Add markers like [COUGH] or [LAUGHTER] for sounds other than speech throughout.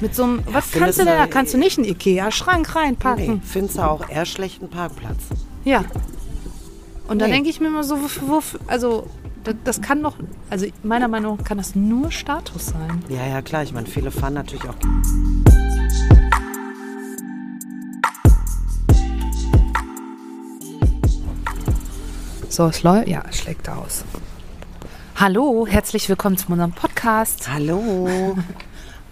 Mit so einem, was kannst findest du denn du- da? Kannst du nicht einen Ikea-Schrank reinpacken? Nee, findest du auch eher schlechten Parkplatz. Ja. Und da Nee. denke ich mir immer so, wuff, wuff, also das, das kann doch, also meiner Meinung nach kann das nur Status sein. Ja, ja, klar. Ich meine, viele fahren natürlich auch. So, es läuft, ja, es schlägt aus. Hallo, herzlich willkommen zu unserem Podcast, [LAUGHS] Hallo.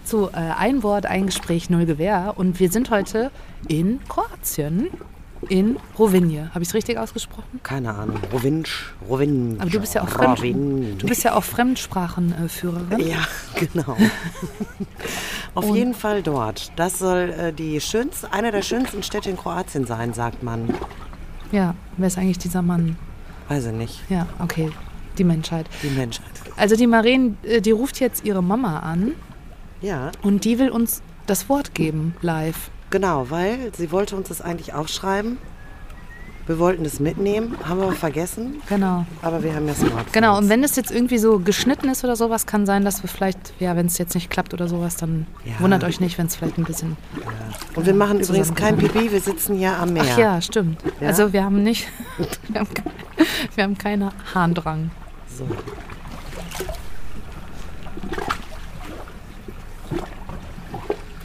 zu äh, Ein Wort, ein Gespräch, null Gewehr. Und wir sind heute in Kroatien, in Rovinje. Habe ich es richtig ausgesprochen? Keine Ahnung. Rovinsch. Rovinsch. Aber du bist ja auch, Fremd, Rovin. du bist ja auch Fremdsprachenführerin. Ja, genau. [LAUGHS] Auf jeden Fall dort. Das soll äh, die schönste, eine der schönsten Städte in Kroatien sein, sagt man. Ja, wer ist eigentlich dieser Mann? Weiß ich nicht. Ja, okay, die Menschheit. Die Menschheit. Also die Maren, äh, die ruft jetzt ihre Mama an Ja, und die will uns das Wort geben, live. genau, weil sie wollte uns das eigentlich aufschreiben. Wir wollten das mitnehmen, haben wir vergessen, Genau. aber wir haben ja Smartphones. Genau, und wenn es jetzt irgendwie so geschnitten ist oder sowas, kann sein, dass wir vielleicht, ja, wenn es jetzt nicht klappt oder sowas, dann Ja. wundert euch nicht, wenn es vielleicht ein bisschen. Und wir machen übrigens kein zusammen- Pipi, wir sitzen hier am Meer. Ach ja, stimmt. Ja. Also wir haben nicht, [LAUGHS] wir haben, kein, wir haben keinen Harndrang. So.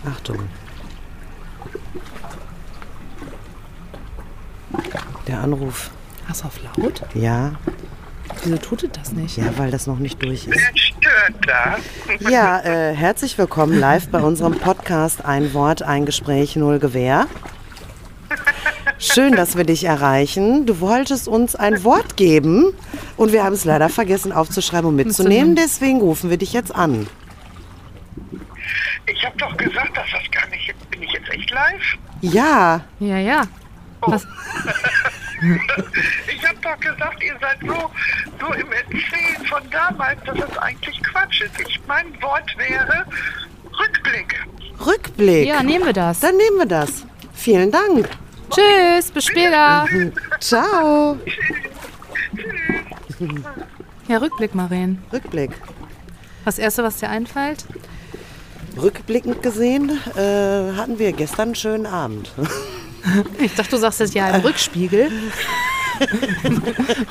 Achtung. Der Anruf. Hast du auf laut? Ja, Wieso tut es das nicht? ja, weil das noch nicht durch ist. Stört das? Ja, äh, herzlich willkommen live bei unserem Podcast Ein Wort, ein Gespräch, null Gewehr. Schön, dass wir dich erreichen. Du wolltest uns ein Wort geben und wir haben es leider vergessen aufzuschreiben und mitzunehmen. Deswegen rufen wir dich jetzt an. Ich habe doch gesagt, dass das gar nicht. Bin ich jetzt echt live? Ja, Ja, ja. Was? Ich habe doch gesagt, ihr seid so, so im Erzählen von damals, dass das eigentlich Quatsch ist. Ich, mein Wort wäre Rückblick. Rückblick. Ja, nehmen wir das. Dann nehmen wir das. Vielen Dank. Tschüss, bis später. Ciao. Ja, Rückblick, Maren. Rückblick. Das Erste, was dir einfällt? Rückblickend gesehen äh, hatten wir gestern einen schönen Abend. Ich dachte, du sagst jetzt ja im Rückspiegel.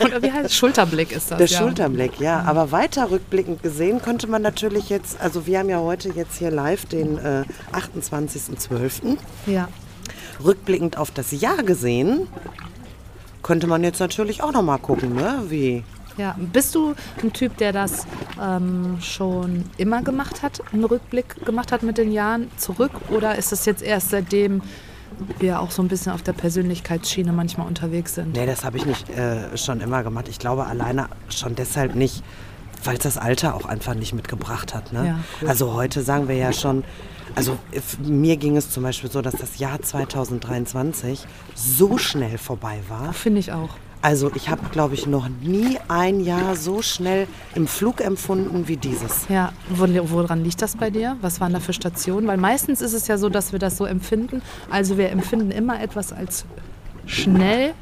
Oder wie heißt es? Schulterblick ist das. Der ja. Mhm. Schulterblick, ja. Aber weiter rückblickend gesehen könnte man natürlich jetzt, also wir haben ja heute jetzt hier live den äh, 28.12. Ja. Rückblickend auf das Jahr gesehen, könnte man jetzt natürlich auch nochmal gucken, ne? Wie? ja. Bist du ein Typ, der das ähm, schon immer gemacht hat, einen Rückblick gemacht hat mit den Jahren zurück? Oder ist das jetzt erst seitdem wir auch so ein bisschen auf der Persönlichkeitsschiene manchmal unterwegs sind? Nee, das habe ich nicht äh, schon immer gemacht. Ich glaube alleine schon deshalb nicht, weil es das Alter auch einfach nicht mitgebracht hat. Ne? Ja, gut. also heute sagen wir ja schon, also f- mir ging es zum Beispiel so, dass das Jahr 2023 so schnell vorbei war. Finde ich auch. Also ich habe, glaube ich, noch nie ein Jahr so schnell im Flug empfunden wie dieses. Ja, wo- woran liegt das bei dir? Was waren da für Stationen? Weil meistens ist es ja so, dass wir das so empfinden. Also wir empfinden immer etwas als schnell,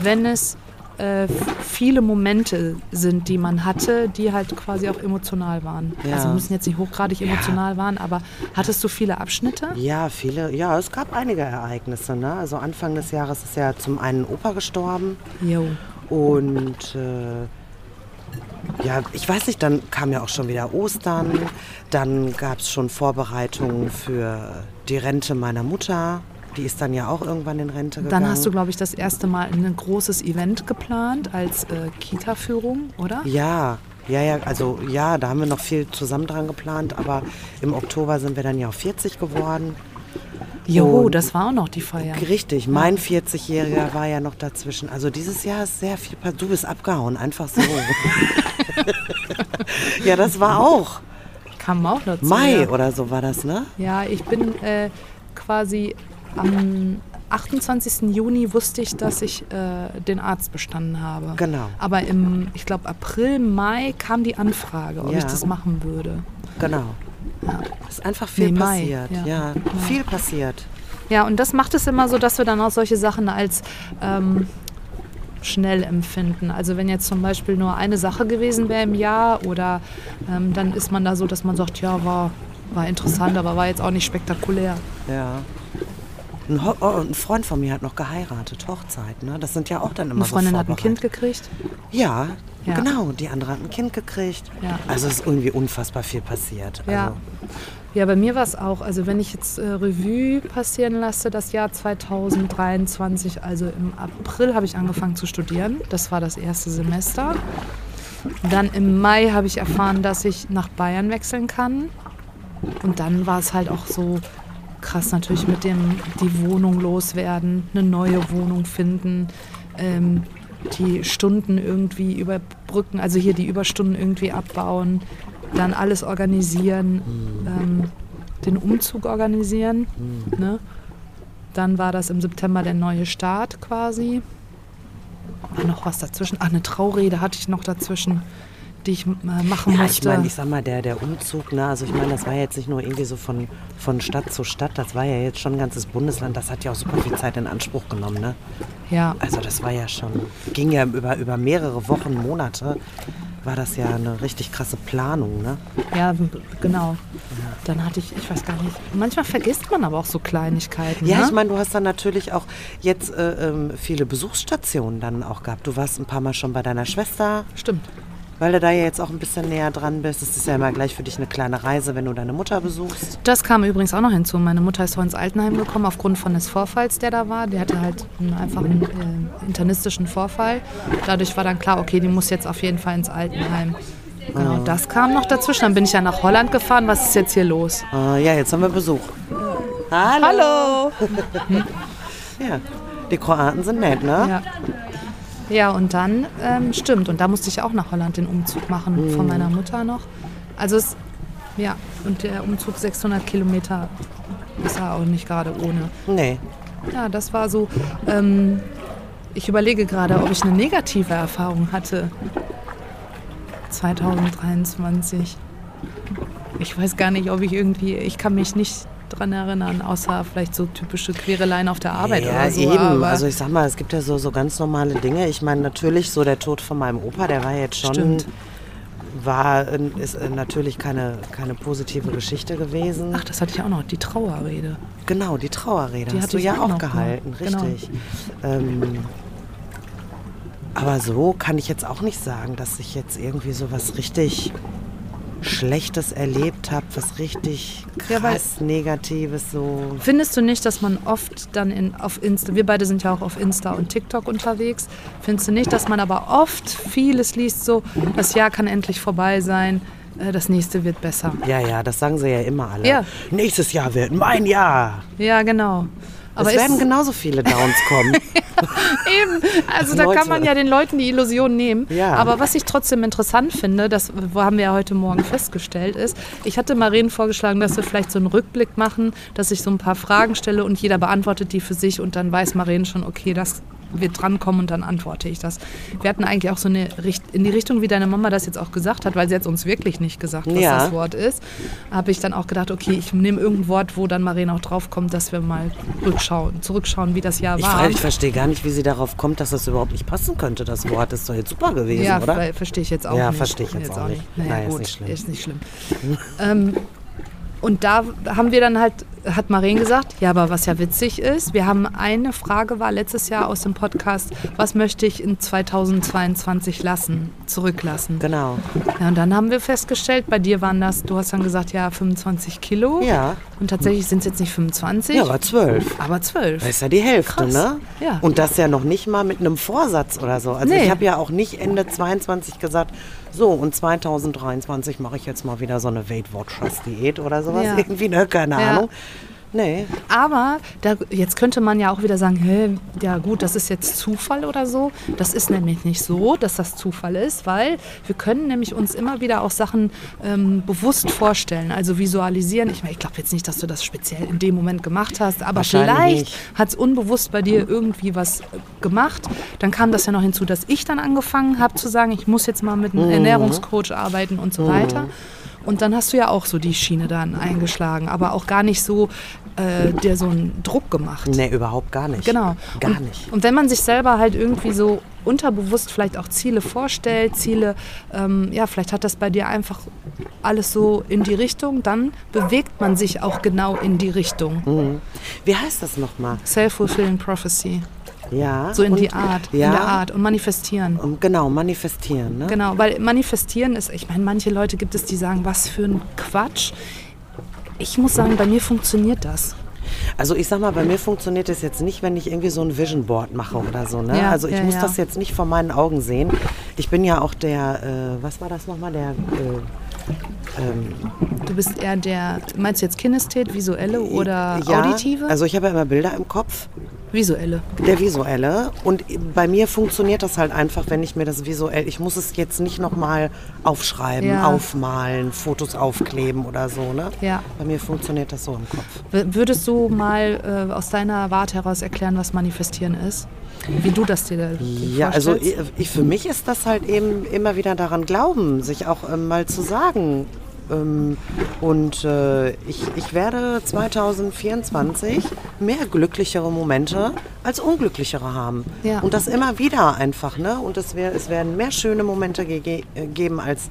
wenn es äh, viele Momente sind, die man hatte, die halt quasi auch emotional waren. Ja. Also müssen jetzt nicht hochgradig emotional waren, aber hattest du viele Abschnitte? Ja, viele, ja, es gab einige Ereignisse. Ne? Also Anfang des Jahres ist ja zum einen Opa gestorben. Jo. Und äh, ja, ich weiß nicht, dann kam ja auch schon wieder Ostern, dann gab es schon Vorbereitungen für die Rente meiner Mutter. Die ist dann ja auch irgendwann in Rente gegangen. Dann hast du, glaube ich, das erste Mal ein großes Event geplant als äh, Kita-Führung, oder? ja, ja, ja, also ja, da haben wir noch viel zusammen dran geplant, aber im Oktober sind wir dann ja auch 40 geworden. Jo, Und- das war auch noch die Feier. Richtig, mein 40-Jähriger war ja noch dazwischen. Also dieses Jahr ist sehr viel passiert. Du bist abgehauen, [LAUGHS] einfach so. [LAUGHS] ja, das war auch. Kam auch dazu. Mai ja. oder so war das, ne? Ja, ich bin äh, quasi am 28. Juni wusste ich, dass ich äh, den Arzt bestanden habe. Genau. Aber im, ich glaube, April, Mai kam die Anfrage, ob Ja. ich das machen würde. Genau. Ist einfach viel Nee, Mai, passiert. ja. ja, viel passiert. Ja, und das macht es immer so, dass wir dann auch solche Sachen als ähm, schnell empfinden. Also wenn jetzt zum Beispiel nur eine Sache gewesen wäre im Jahr oder ähm, dann ist man da so, dass man sagt, ja, war War interessant, aber war jetzt auch nicht spektakulär. Ja. Ein, Ho oh, ein Freund von mir hat noch geheiratet, Hochzeit, ne? Das sind ja auch dann immer Eine Freundin so hat ein Kind Vorbereit- gekriegt. Ja, Ja. genau. Die andere hat ein Kind gekriegt. Ja. Also ist irgendwie unfassbar viel passiert. Ja. Also, Ja, bei mir war es auch. Also wenn ich jetzt äh, Revue passieren lasse, das Jahr 2023, also im April habe ich angefangen zu studieren. Das war das erste Semester. Dann im Mai habe ich erfahren, dass ich nach Bayern wechseln kann. Und dann war es halt auch so krass natürlich mit dem die Wohnung loswerden, eine neue Wohnung finden, ähm, die Stunden irgendwie überbrücken, also hier die Überstunden irgendwie abbauen, dann alles organisieren, Mhm. ähm, den Umzug organisieren. Ne? Dann war das im September der neue Start quasi. War noch was dazwischen? Ach, eine Traurede hatte ich noch dazwischen, die ich äh, machen ja, ich musste. meine, ich sag mal, der, der Umzug, ne? Also ich meine, das war ja jetzt nicht nur irgendwie so von, von Stadt zu Stadt, das war ja jetzt schon ein ganzes Bundesland, das hat ja auch super viel Zeit in Anspruch genommen, ne? ja. Also das war ja schon, ging ja über, über mehrere Wochen, Monate, war das ja eine richtig krasse Planung, ne? Ja, b- genau. Dann hatte ich, ich weiß gar nicht. Manchmal vergisst man aber auch so Kleinigkeiten. Ja, ne? ich meine, du hast dann natürlich auch jetzt äh, ähm, viele Besuchsstationen dann auch gehabt. Du warst ein paar Mal schon bei deiner Schwester, Stimmt. weil du da ja jetzt auch ein bisschen näher dran bist. Es ist ja immer gleich für dich eine kleine Reise, wenn du deine Mutter besuchst. Das kam übrigens auch noch hinzu. Meine Mutter ist vorhin ins Altenheim gekommen aufgrund von des Vorfalls, der da war. Die hatte halt einen, einfach einen äh, internistischen Vorfall. Dadurch war dann klar, okay, die muss jetzt auf jeden Fall ins Altenheim. Ah. Genau, das kam noch dazwischen. Dann bin ich ja nach Holland gefahren. Was ist jetzt hier los? Ah, ja, jetzt haben wir Besuch. Hallo. Hallo! Ja, die Kroaten sind nett, ne? Ja. Ja, und dann, ähm, stimmt, und da musste ich auch nach Holland den Umzug Mhm. machen, von meiner Mutter noch. Also es, ja, und der Umzug 600 Kilometer ist ja auch nicht gerade ohne. Nee. Ja, das war so, ähm, ich überlege gerade, ob ich eine negative Erfahrung hatte. 2023. Ich weiß gar nicht, ob ich irgendwie, ich kann mich nicht dran erinnern, außer vielleicht so typische Quereleien auf der Arbeit ja, oder so. eben. aber- Also ich sag mal, es gibt ja so, so ganz normale Dinge. Ich meine, natürlich so der Tod von meinem Opa, der war jetzt schon... Stimmt. War, äh, ist äh, natürlich keine, keine positive Geschichte gewesen. Ach, das hatte ich auch noch, die Trauerrede. Genau, die Trauerrede Die hast hatte du ich ja auch auch ne? noch, gehalten, genau. richtig. Ähm, aber so kann ich jetzt auch nicht sagen, dass ich jetzt irgendwie so was richtig Schlechtes erlebt habe, was richtig Ja, weil- krass Negatives so. Findest du nicht, dass man oft dann in, auf Insta, wir beide sind ja auch auf Insta und TikTok unterwegs, findest du nicht, dass man aber oft vieles liest, so, das Jahr kann endlich vorbei sein, äh, das nächste wird besser. Ja, ja, das sagen sie ja immer alle. Ja. Nächstes Jahr wird mein Jahr. Ja, genau. Aber es werden ist, genauso viele [LAUGHS] Downs kommen. eben, also da Leute. kann man ja den Leuten die Illusion nehmen. Ja. Aber was ich trotzdem interessant finde, das haben wir ja heute Morgen festgestellt, ist, ich hatte Maren vorgeschlagen, dass wir vielleicht so einen Rückblick machen, dass ich so ein paar Fragen stelle und jeder beantwortet die für sich und dann weiß Maren schon, okay, das wird drankommen und dann antworte ich das. Wir hatten eigentlich auch so eine Richt- in die Richtung, wie deine Mama das jetzt auch gesagt hat, weil sie hat uns wirklich nicht gesagt, was Ja. das Wort ist, habe ich dann auch gedacht, okay, ich nehme irgendein Wort, wo dann Maren auch draufkommt, dass wir mal rückschauen, zurückschauen, wie das Jahr Ich, war. frage- ich verstehe gar nicht, wie sie darauf kommt, dass das überhaupt nicht passen könnte. Das Wort ist doch jetzt super gewesen, Ja, oder? ver- verstehe ich jetzt auch Ja, nicht. verstehe ich jetzt auch nicht. Naja, Nein, ist gut, nicht schlimm. ist nicht schlimm. ähm, und da haben wir dann halt, hat Maren gesagt, ja, aber was ja witzig ist, wir haben eine Frage war letztes Jahr aus dem Podcast, was möchte ich in 2022 lassen, zurücklassen? Genau. Ja, und dann haben wir festgestellt, bei dir waren das, du hast dann gesagt, ja, 25 Kilo. Ja. Und tatsächlich sind es jetzt nicht 25, Ja, aber zwölf. aber 12. Das ist ja die Hälfte, Krass. ne? Ja. Und das ja noch nicht mal mit einem Vorsatz oder so. Also Nee. ich habe ja auch nicht Ende 22 gesagt, so und 2023 mache ich jetzt mal wieder so eine Weight Watchers Diät oder sowas. Ja. Irgendwie, ne? Keine Ja. Ahnung. Nee. Aber da, jetzt könnte man ja auch wieder sagen, hä, ja gut, das ist jetzt Zufall oder so. Das ist nämlich nicht so, dass das Zufall ist, weil wir können nämlich uns immer wieder auch Sachen ähm, bewusst vorstellen, also visualisieren. Ich, meine, ich glaube jetzt nicht, dass du das speziell in dem Moment gemacht hast, aber Wahrscheinlich vielleicht nicht. hat es unbewusst bei dir irgendwie was äh, gemacht. Dann kam das ja noch hinzu, Mhm. dass ich dann angefangen habe zu sagen, ich muss jetzt mal mit einem Ernährungscoach arbeiten und so weiter. Und dann hast du ja auch so die Schiene dann eingeschlagen, aber auch gar nicht so äh, dir so einen Druck gemacht. Nee, überhaupt gar nicht. Genau. Gar und, nicht. Und wenn man sich selber halt irgendwie so unterbewusst vielleicht auch Ziele vorstellt, Ziele, ähm, ja, vielleicht hat das bei dir einfach alles so in die Richtung, dann bewegt man sich auch genau in die Richtung. Mhm. Wie heißt das nochmal? Self-fulfilling prophecy. Ja. So in und- die Art, Ja. in der Art und manifestieren. Und genau, manifestieren. Ne? Genau, weil manifestieren ist, ich meine, manche Leute gibt es, die sagen, was für ein Quatsch. Ich muss sagen, bei mir funktioniert das. Also ich sag mal, bei mir funktioniert das jetzt nicht, wenn ich irgendwie so ein Vision Board mache oder so. Ne? Ja, also ich ja, muss ja. das jetzt nicht vor meinen Augen sehen. Ich bin ja auch der, äh, was war das nochmal, der... Äh, Du bist eher der, meinst du jetzt Kinesthet, visuelle oder ja, auditive? Also ich habe ja immer Bilder im Kopf, visuelle. der visuelle. Und bei mir funktioniert das halt einfach, wenn ich mir das visuell... Ich muss es jetzt nicht nochmal aufschreiben, Ja. aufmalen, Fotos aufkleben oder so. Ne? Ja. Bei mir funktioniert das so im Kopf. W- Würdest du mal äh, aus deiner Warte heraus erklären, was manifestieren ist? Wie du das dir da Ja, also vorstellst? ich, ich, für mich ist das halt eben immer wieder daran glauben, sich auch ähm, mal zu sagen. Ähm, und äh, ich, ich werde 2024 mehr glücklichere Momente als unglücklichere haben. Ja. Und das immer wieder einfach. Ne? Und es, wär, es werden mehr schöne Momente gege- äh, geben als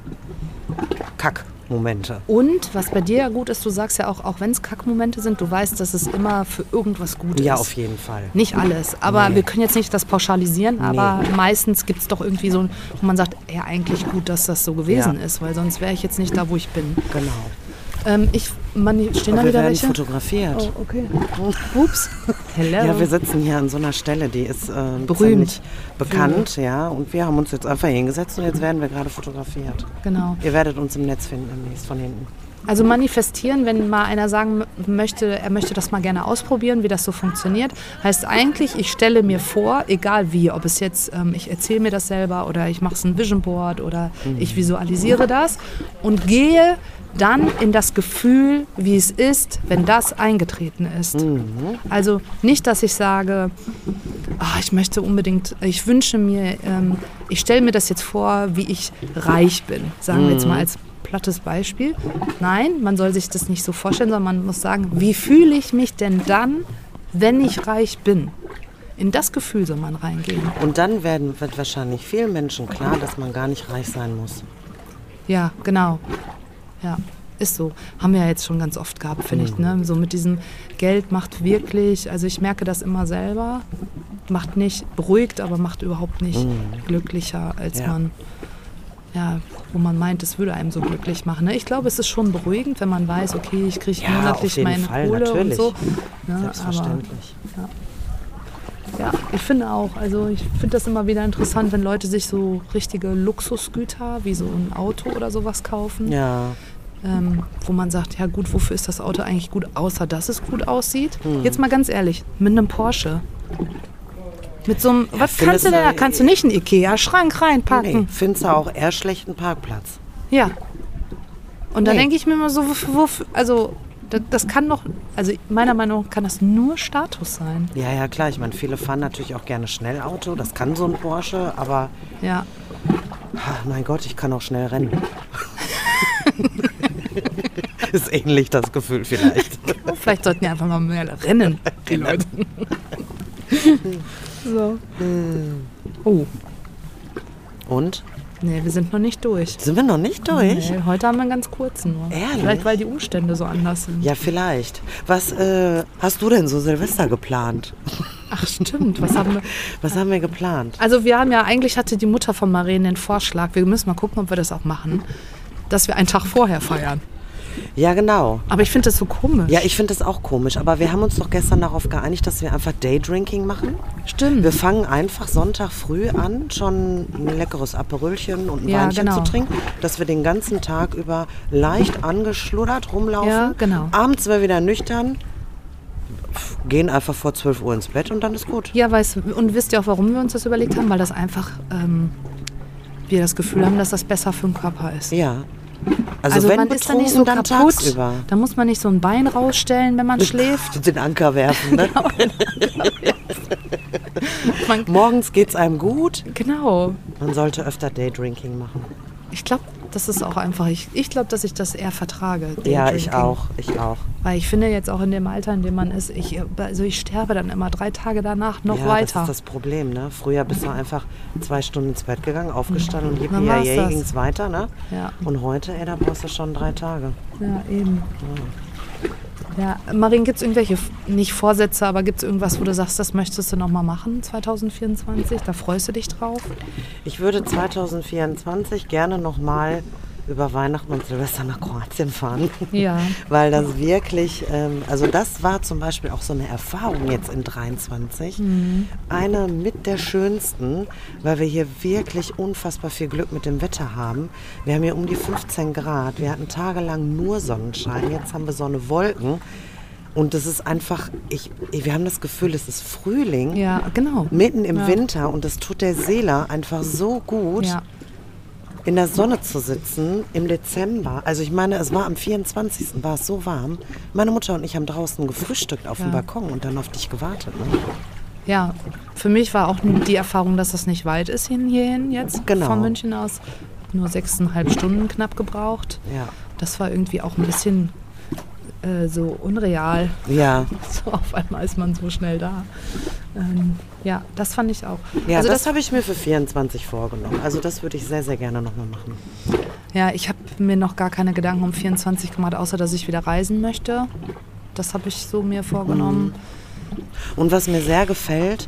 Kackmomente. Und was bei dir ja gut ist, du sagst ja auch, auch wenn es Kackmomente sind, du weißt, dass es immer für irgendwas gut ist. Ja, auf jeden Fall. Nicht alles, aber Nee. wir können jetzt nicht das pauschalisieren, aber meistens gibt es doch irgendwie so, ein- wo man sagt, ja eigentlich gut, dass das so gewesen Ja. ist, weil sonst wäre ich jetzt nicht da, wo ich bin. Genau. Ähm, ich, man, stehen da wir wieder werden welche? fotografiert. Oh, okay. Ups. Hello. [LAUGHS] Ja, wir sitzen hier an so einer Stelle, die ist äh, Ähm, Berühmt. ziemlich bekannt, ja. Und wir haben uns jetzt einfach hingesetzt und jetzt werden wir gerade fotografiert. genau. Ihr werdet uns im Netz finden demnächst von hinten. Also manifestieren, wenn mal einer sagen möchte, er möchte das mal gerne ausprobieren, wie das so funktioniert, heißt eigentlich, ich stelle mir vor, egal wie, ob es jetzt, ähm, ich erzähle mir das selber oder ich mache es ein Vision Board oder ich visualisiere das und gehe dann in das Gefühl, wie es ist, wenn das eingetreten ist. Also nicht, dass ich sage, ah, ich möchte unbedingt, ich wünsche mir, ähm, ich stelle mir das jetzt vor, wie ich reich bin. Sagen wir jetzt mal als plattes Beispiel. Nein, man soll sich das nicht so vorstellen, sondern man muss sagen, wie fühle ich mich denn dann, wenn ich reich bin? In das Gefühl soll man reingehen. Und dann werden, wird wahrscheinlich vielen Menschen klar, dass man gar nicht reich sein muss. Ja, genau. Ja, ist so. Haben wir ja jetzt schon ganz oft gehabt, finde ich. Mhm. Ne? So mit diesem Geld macht wirklich, also ich merke das immer selber, macht nicht beruhigt, aber macht überhaupt nicht glücklicher, als Mhm. Ja. man, ja, wo man meint, es würde einem so glücklich machen. Ne? Ich glaube, es ist schon beruhigend, wenn man weiß, okay, ich kriege Ja, auf monatlich jeden meine Fall, Kohle natürlich. und so. Ne? Selbstverständlich. Ja, ich finde auch. Also ich finde das immer wieder interessant, wenn Leute sich so richtige Luxusgüter wie so ein Auto oder sowas kaufen. Ja, ähm, wo man sagt, ja gut, wofür ist das Auto eigentlich gut, außer dass es gut aussieht? Jetzt mal ganz ehrlich, mit einem Porsche. Mit so einem, was findest kannst du denn du- da? Kannst du nicht einen Ikea-Schrank nee, reinpacken? findest du auch eher schlechten Parkplatz. Ja. Und da Nee. denke ich mir immer so, wofür, wofür, also das, das kann doch, also meiner Meinung nach kann das nur Status sein. Ja, ja, klar. Ich meine, viele fahren natürlich auch gerne Schnellauto. Das kann so ein Porsche, aber Ja. ach, mein Gott, ich kann auch schnell rennen. [LAUGHS] [LAUGHS] Ist ähnlich das Gefühl vielleicht. Oh, Vielleicht sollten wir einfach mal mehr rennen, die Leute. so. Oh, Und? nee, wir sind noch nicht durch. Sind wir noch nicht durch? Nee, heute haben wir einen ganz kurzen nur. Ehrlich? Vielleicht, weil die Umstände so anders sind. Ja, vielleicht. Was äh, hast du denn so Silvester geplant? Ach stimmt, was haben wir? Was haben wir geplant? Also wir haben ja, eigentlich hatte die Mutter von Maren den Vorschlag, wir müssen mal gucken, ob wir das auch machen, dass wir einen Tag vorher feiern. Ja, genau. Aber ich finde das so komisch. Ja, ich finde das auch komisch, aber wir haben uns doch gestern darauf geeinigt, dass wir einfach Daydrinking machen. stimmt. Wir fangen einfach Sonntag früh an, schon ein leckeres Aperölchen und ein Ja, Weinchen genau. zu trinken, dass wir den ganzen Tag über leicht angeschluddert rumlaufen. Ja, genau. Abends wir wieder nüchtern, pf, gehen einfach vor 12 Uhr ins Bett und dann ist gut. Ja, weißt du, und wisst ihr auch, warum wir uns das überlegt haben? Weil das einfach, ähm, wir das Gefühl haben, dass das besser für den Körper ist. Ja. Also, wenn man ist dann betrunken, nicht so dann kaputt, tagsüber. da muss man nicht so ein Bein rausstellen, wenn man schläft. Den Anker werfen, ne? Man, Morgens geht's einem gut. genau. Genau. Man sollte öfter Daydrinking machen. Ich glaube, das ist auch einfach, ich, ich glaube, dass ich das eher vertrage. den Ja, ich Drinking. auch, ich auch. Weil ich finde jetzt auch in dem Alter, in dem man ist, ich, also ich sterbe dann immer drei Tage danach noch ja, weiter. das ist das Problem, ne? Früher bist du einfach zwei Stunden ins Bett gegangen, aufgestanden und Mhm. Dann yippie, war's ja, das. ging es weiter, ne? Ja. Und heute, ey, da brauchst du schon drei Tage. Ja, eben. Mhm. Ja, Marin, gibt es irgendwelche, nicht Vorsätze, aber gibt es irgendwas, wo du sagst, das möchtest du nochmal machen 2024? Da freust du dich drauf? Ich würde 2024 gerne nochmal über Weihnachten und Silvester nach Kroatien fahren. Ja. [LAUGHS] Weil das wirklich, ähm, also das war zum Beispiel auch so eine Erfahrung jetzt in 23. Mhm. Eine mit der schönsten, weil wir hier wirklich unfassbar viel Glück mit dem Wetter haben. Wir haben hier um die 15 Grad. Wir hatten tagelang nur Sonnenschein. Jetzt haben wir Sonne, Wolken. Und das ist einfach, ich, wir haben das Gefühl, es ist Frühling. Ja, genau. Mitten im Ja. Winter und das tut der Seele einfach so gut Ja, in der Sonne zu sitzen im Dezember. Also ich meine, es war am 24. war es so warm. Meine Mutter und ich haben draußen gefrühstückt auf dem Ja. Balkon und dann auf dich gewartet. Ne? ja. Für mich war auch die Erfahrung, dass das nicht weit ist hin, hierhin jetzt Genau. von München aus. Nur sechseinhalb Stunden knapp gebraucht. Ja. Das war irgendwie auch ein bisschen äh, so unreal. [LAUGHS] Ja, So auf einmal ist man so schnell da. Ähm, ja, das fand ich auch. ja also das, habe ich mir für 24 vorgenommen. Also das würde ich sehr, sehr gerne nochmal machen. Ja, ich habe mir noch gar keine Gedanken um 24 gemacht, außer dass ich wieder reisen möchte. Das habe ich so mir vorgenommen. Und was mir sehr gefällt,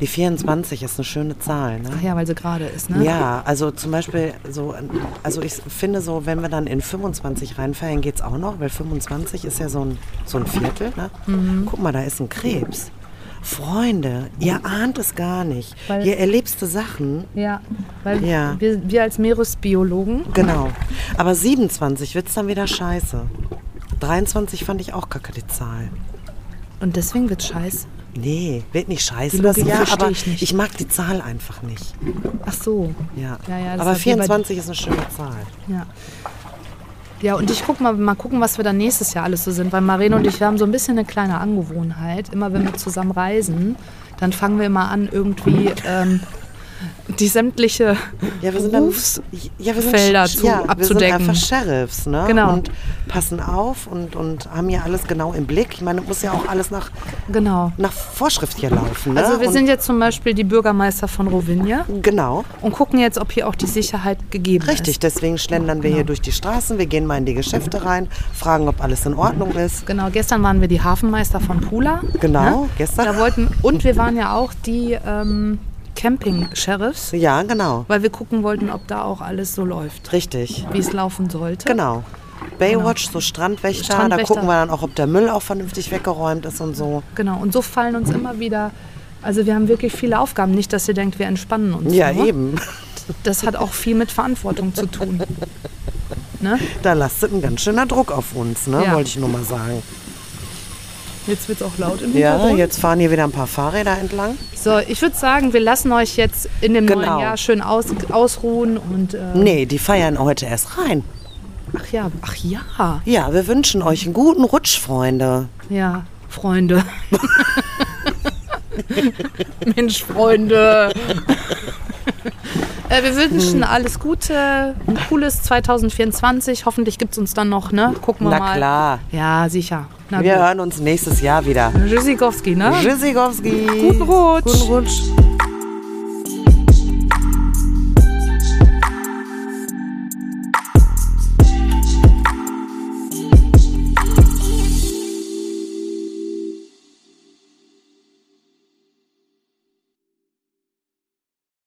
die 24 ist eine schöne Zahl. Ne? Ach ja, weil sie gerade ist, ne? Ja, also zum Beispiel, so, also ich finde so, wenn wir dann in 25 reinfallen, geht's auch noch, weil 25 ist ja so ein, so ein Viertel. Ne? Mhm. Guck mal, da ist ein Krebs. Freunde, ihr ahnt es gar nicht. Weil- ihr erlebst du Sachen. Ja, weil Ja. Wir, wir als Meeresbiologen, Genau. Aber 27 wird's dann wieder scheiße. 23 fand ich auch kacke, die Zahl. und deswegen wird scheiß. Nee, wird nicht scheiße Die das Logik Jahr, versteh aber ich nicht. ich mag die Zahl einfach nicht. Ach so. Ja. Ja, ja, das aber ist halt wie bei- 24 ist eine schöne Zahl. Ja. Ja, und ich guck mal, mal gucken, was wir dann nächstes Jahr alles so sind, weil Marlene und ich, wir haben so ein bisschen eine kleine Angewohnheit. Immer wenn wir zusammen reisen, dann fangen wir immer an, irgendwie ähm, die sämtliche Ja, wir sind dann, Berufs... ja, wir sind, Felder Sch- zu- ja, abzudecken. Wir sind einfach Sheriffs, ne? Genau. Und passen auf und, und haben ja alles genau im Blick. Ich meine, muss ja auch alles nach, Genau. nach Vorschrift hier laufen, ne? Also wir und, sind jetzt zum Beispiel die Bürgermeister von Rovinia Genau, und gucken jetzt, ob hier auch die Sicherheit gegeben richtig. ist. Deswegen schlendern wir Genau. hier durch die Straßen, wir gehen mal in die Geschäfte rein, fragen, ob alles in Ordnung ist. Genau, gestern waren wir die Hafenmeister von Pula. ne? Genau, gestern. Da wollten, und wir waren ja auch die ähm, Camping-Sheriffs, Ja, genau, weil wir gucken wollten, ob da auch alles so läuft, richtig. wie es laufen sollte. Genau. Baywatch, so Strandwächter, Genau. Strandwächter. da gucken wir dann auch, ob der Müll auch vernünftig weggeräumt ist und so. Genau, und so fallen uns immer wieder, also wir haben wirklich viele Aufgaben. Nicht, dass ihr denkt, wir entspannen uns. Ja, nur. eben. Das hat auch viel mit Verantwortung zu tun. Ne? Da lastet ein ganz schöner Druck auf uns, ne? Ja. Wollte ich nur mal sagen. Jetzt wird es auch laut im Ja, Hintergrund. jetzt fahren hier wieder ein paar Fahrräder entlang. So, ich würde sagen, wir lassen euch jetzt in dem Genau. neuen Jahr schön aus, ausruhen und äh, Nee, die feiern heute erst rein. ach ja, ach ja, Ja, wir wünschen euch einen guten Rutsch, Freunde. ja, Freunde. [LAUGHS] Mensch, Freunde. [LAUGHS] äh, wir wünschen alles Gute, ein cooles 2024. Hoffentlich gibt es uns dann noch, ne? Gucken wir Na mal. klar. Ja, sicher. Na Wir gut. hören uns nächstes Jahr wieder. Tschüssikowski, ne? Tschüssikowski. Guten Rutsch. Guten Rutsch.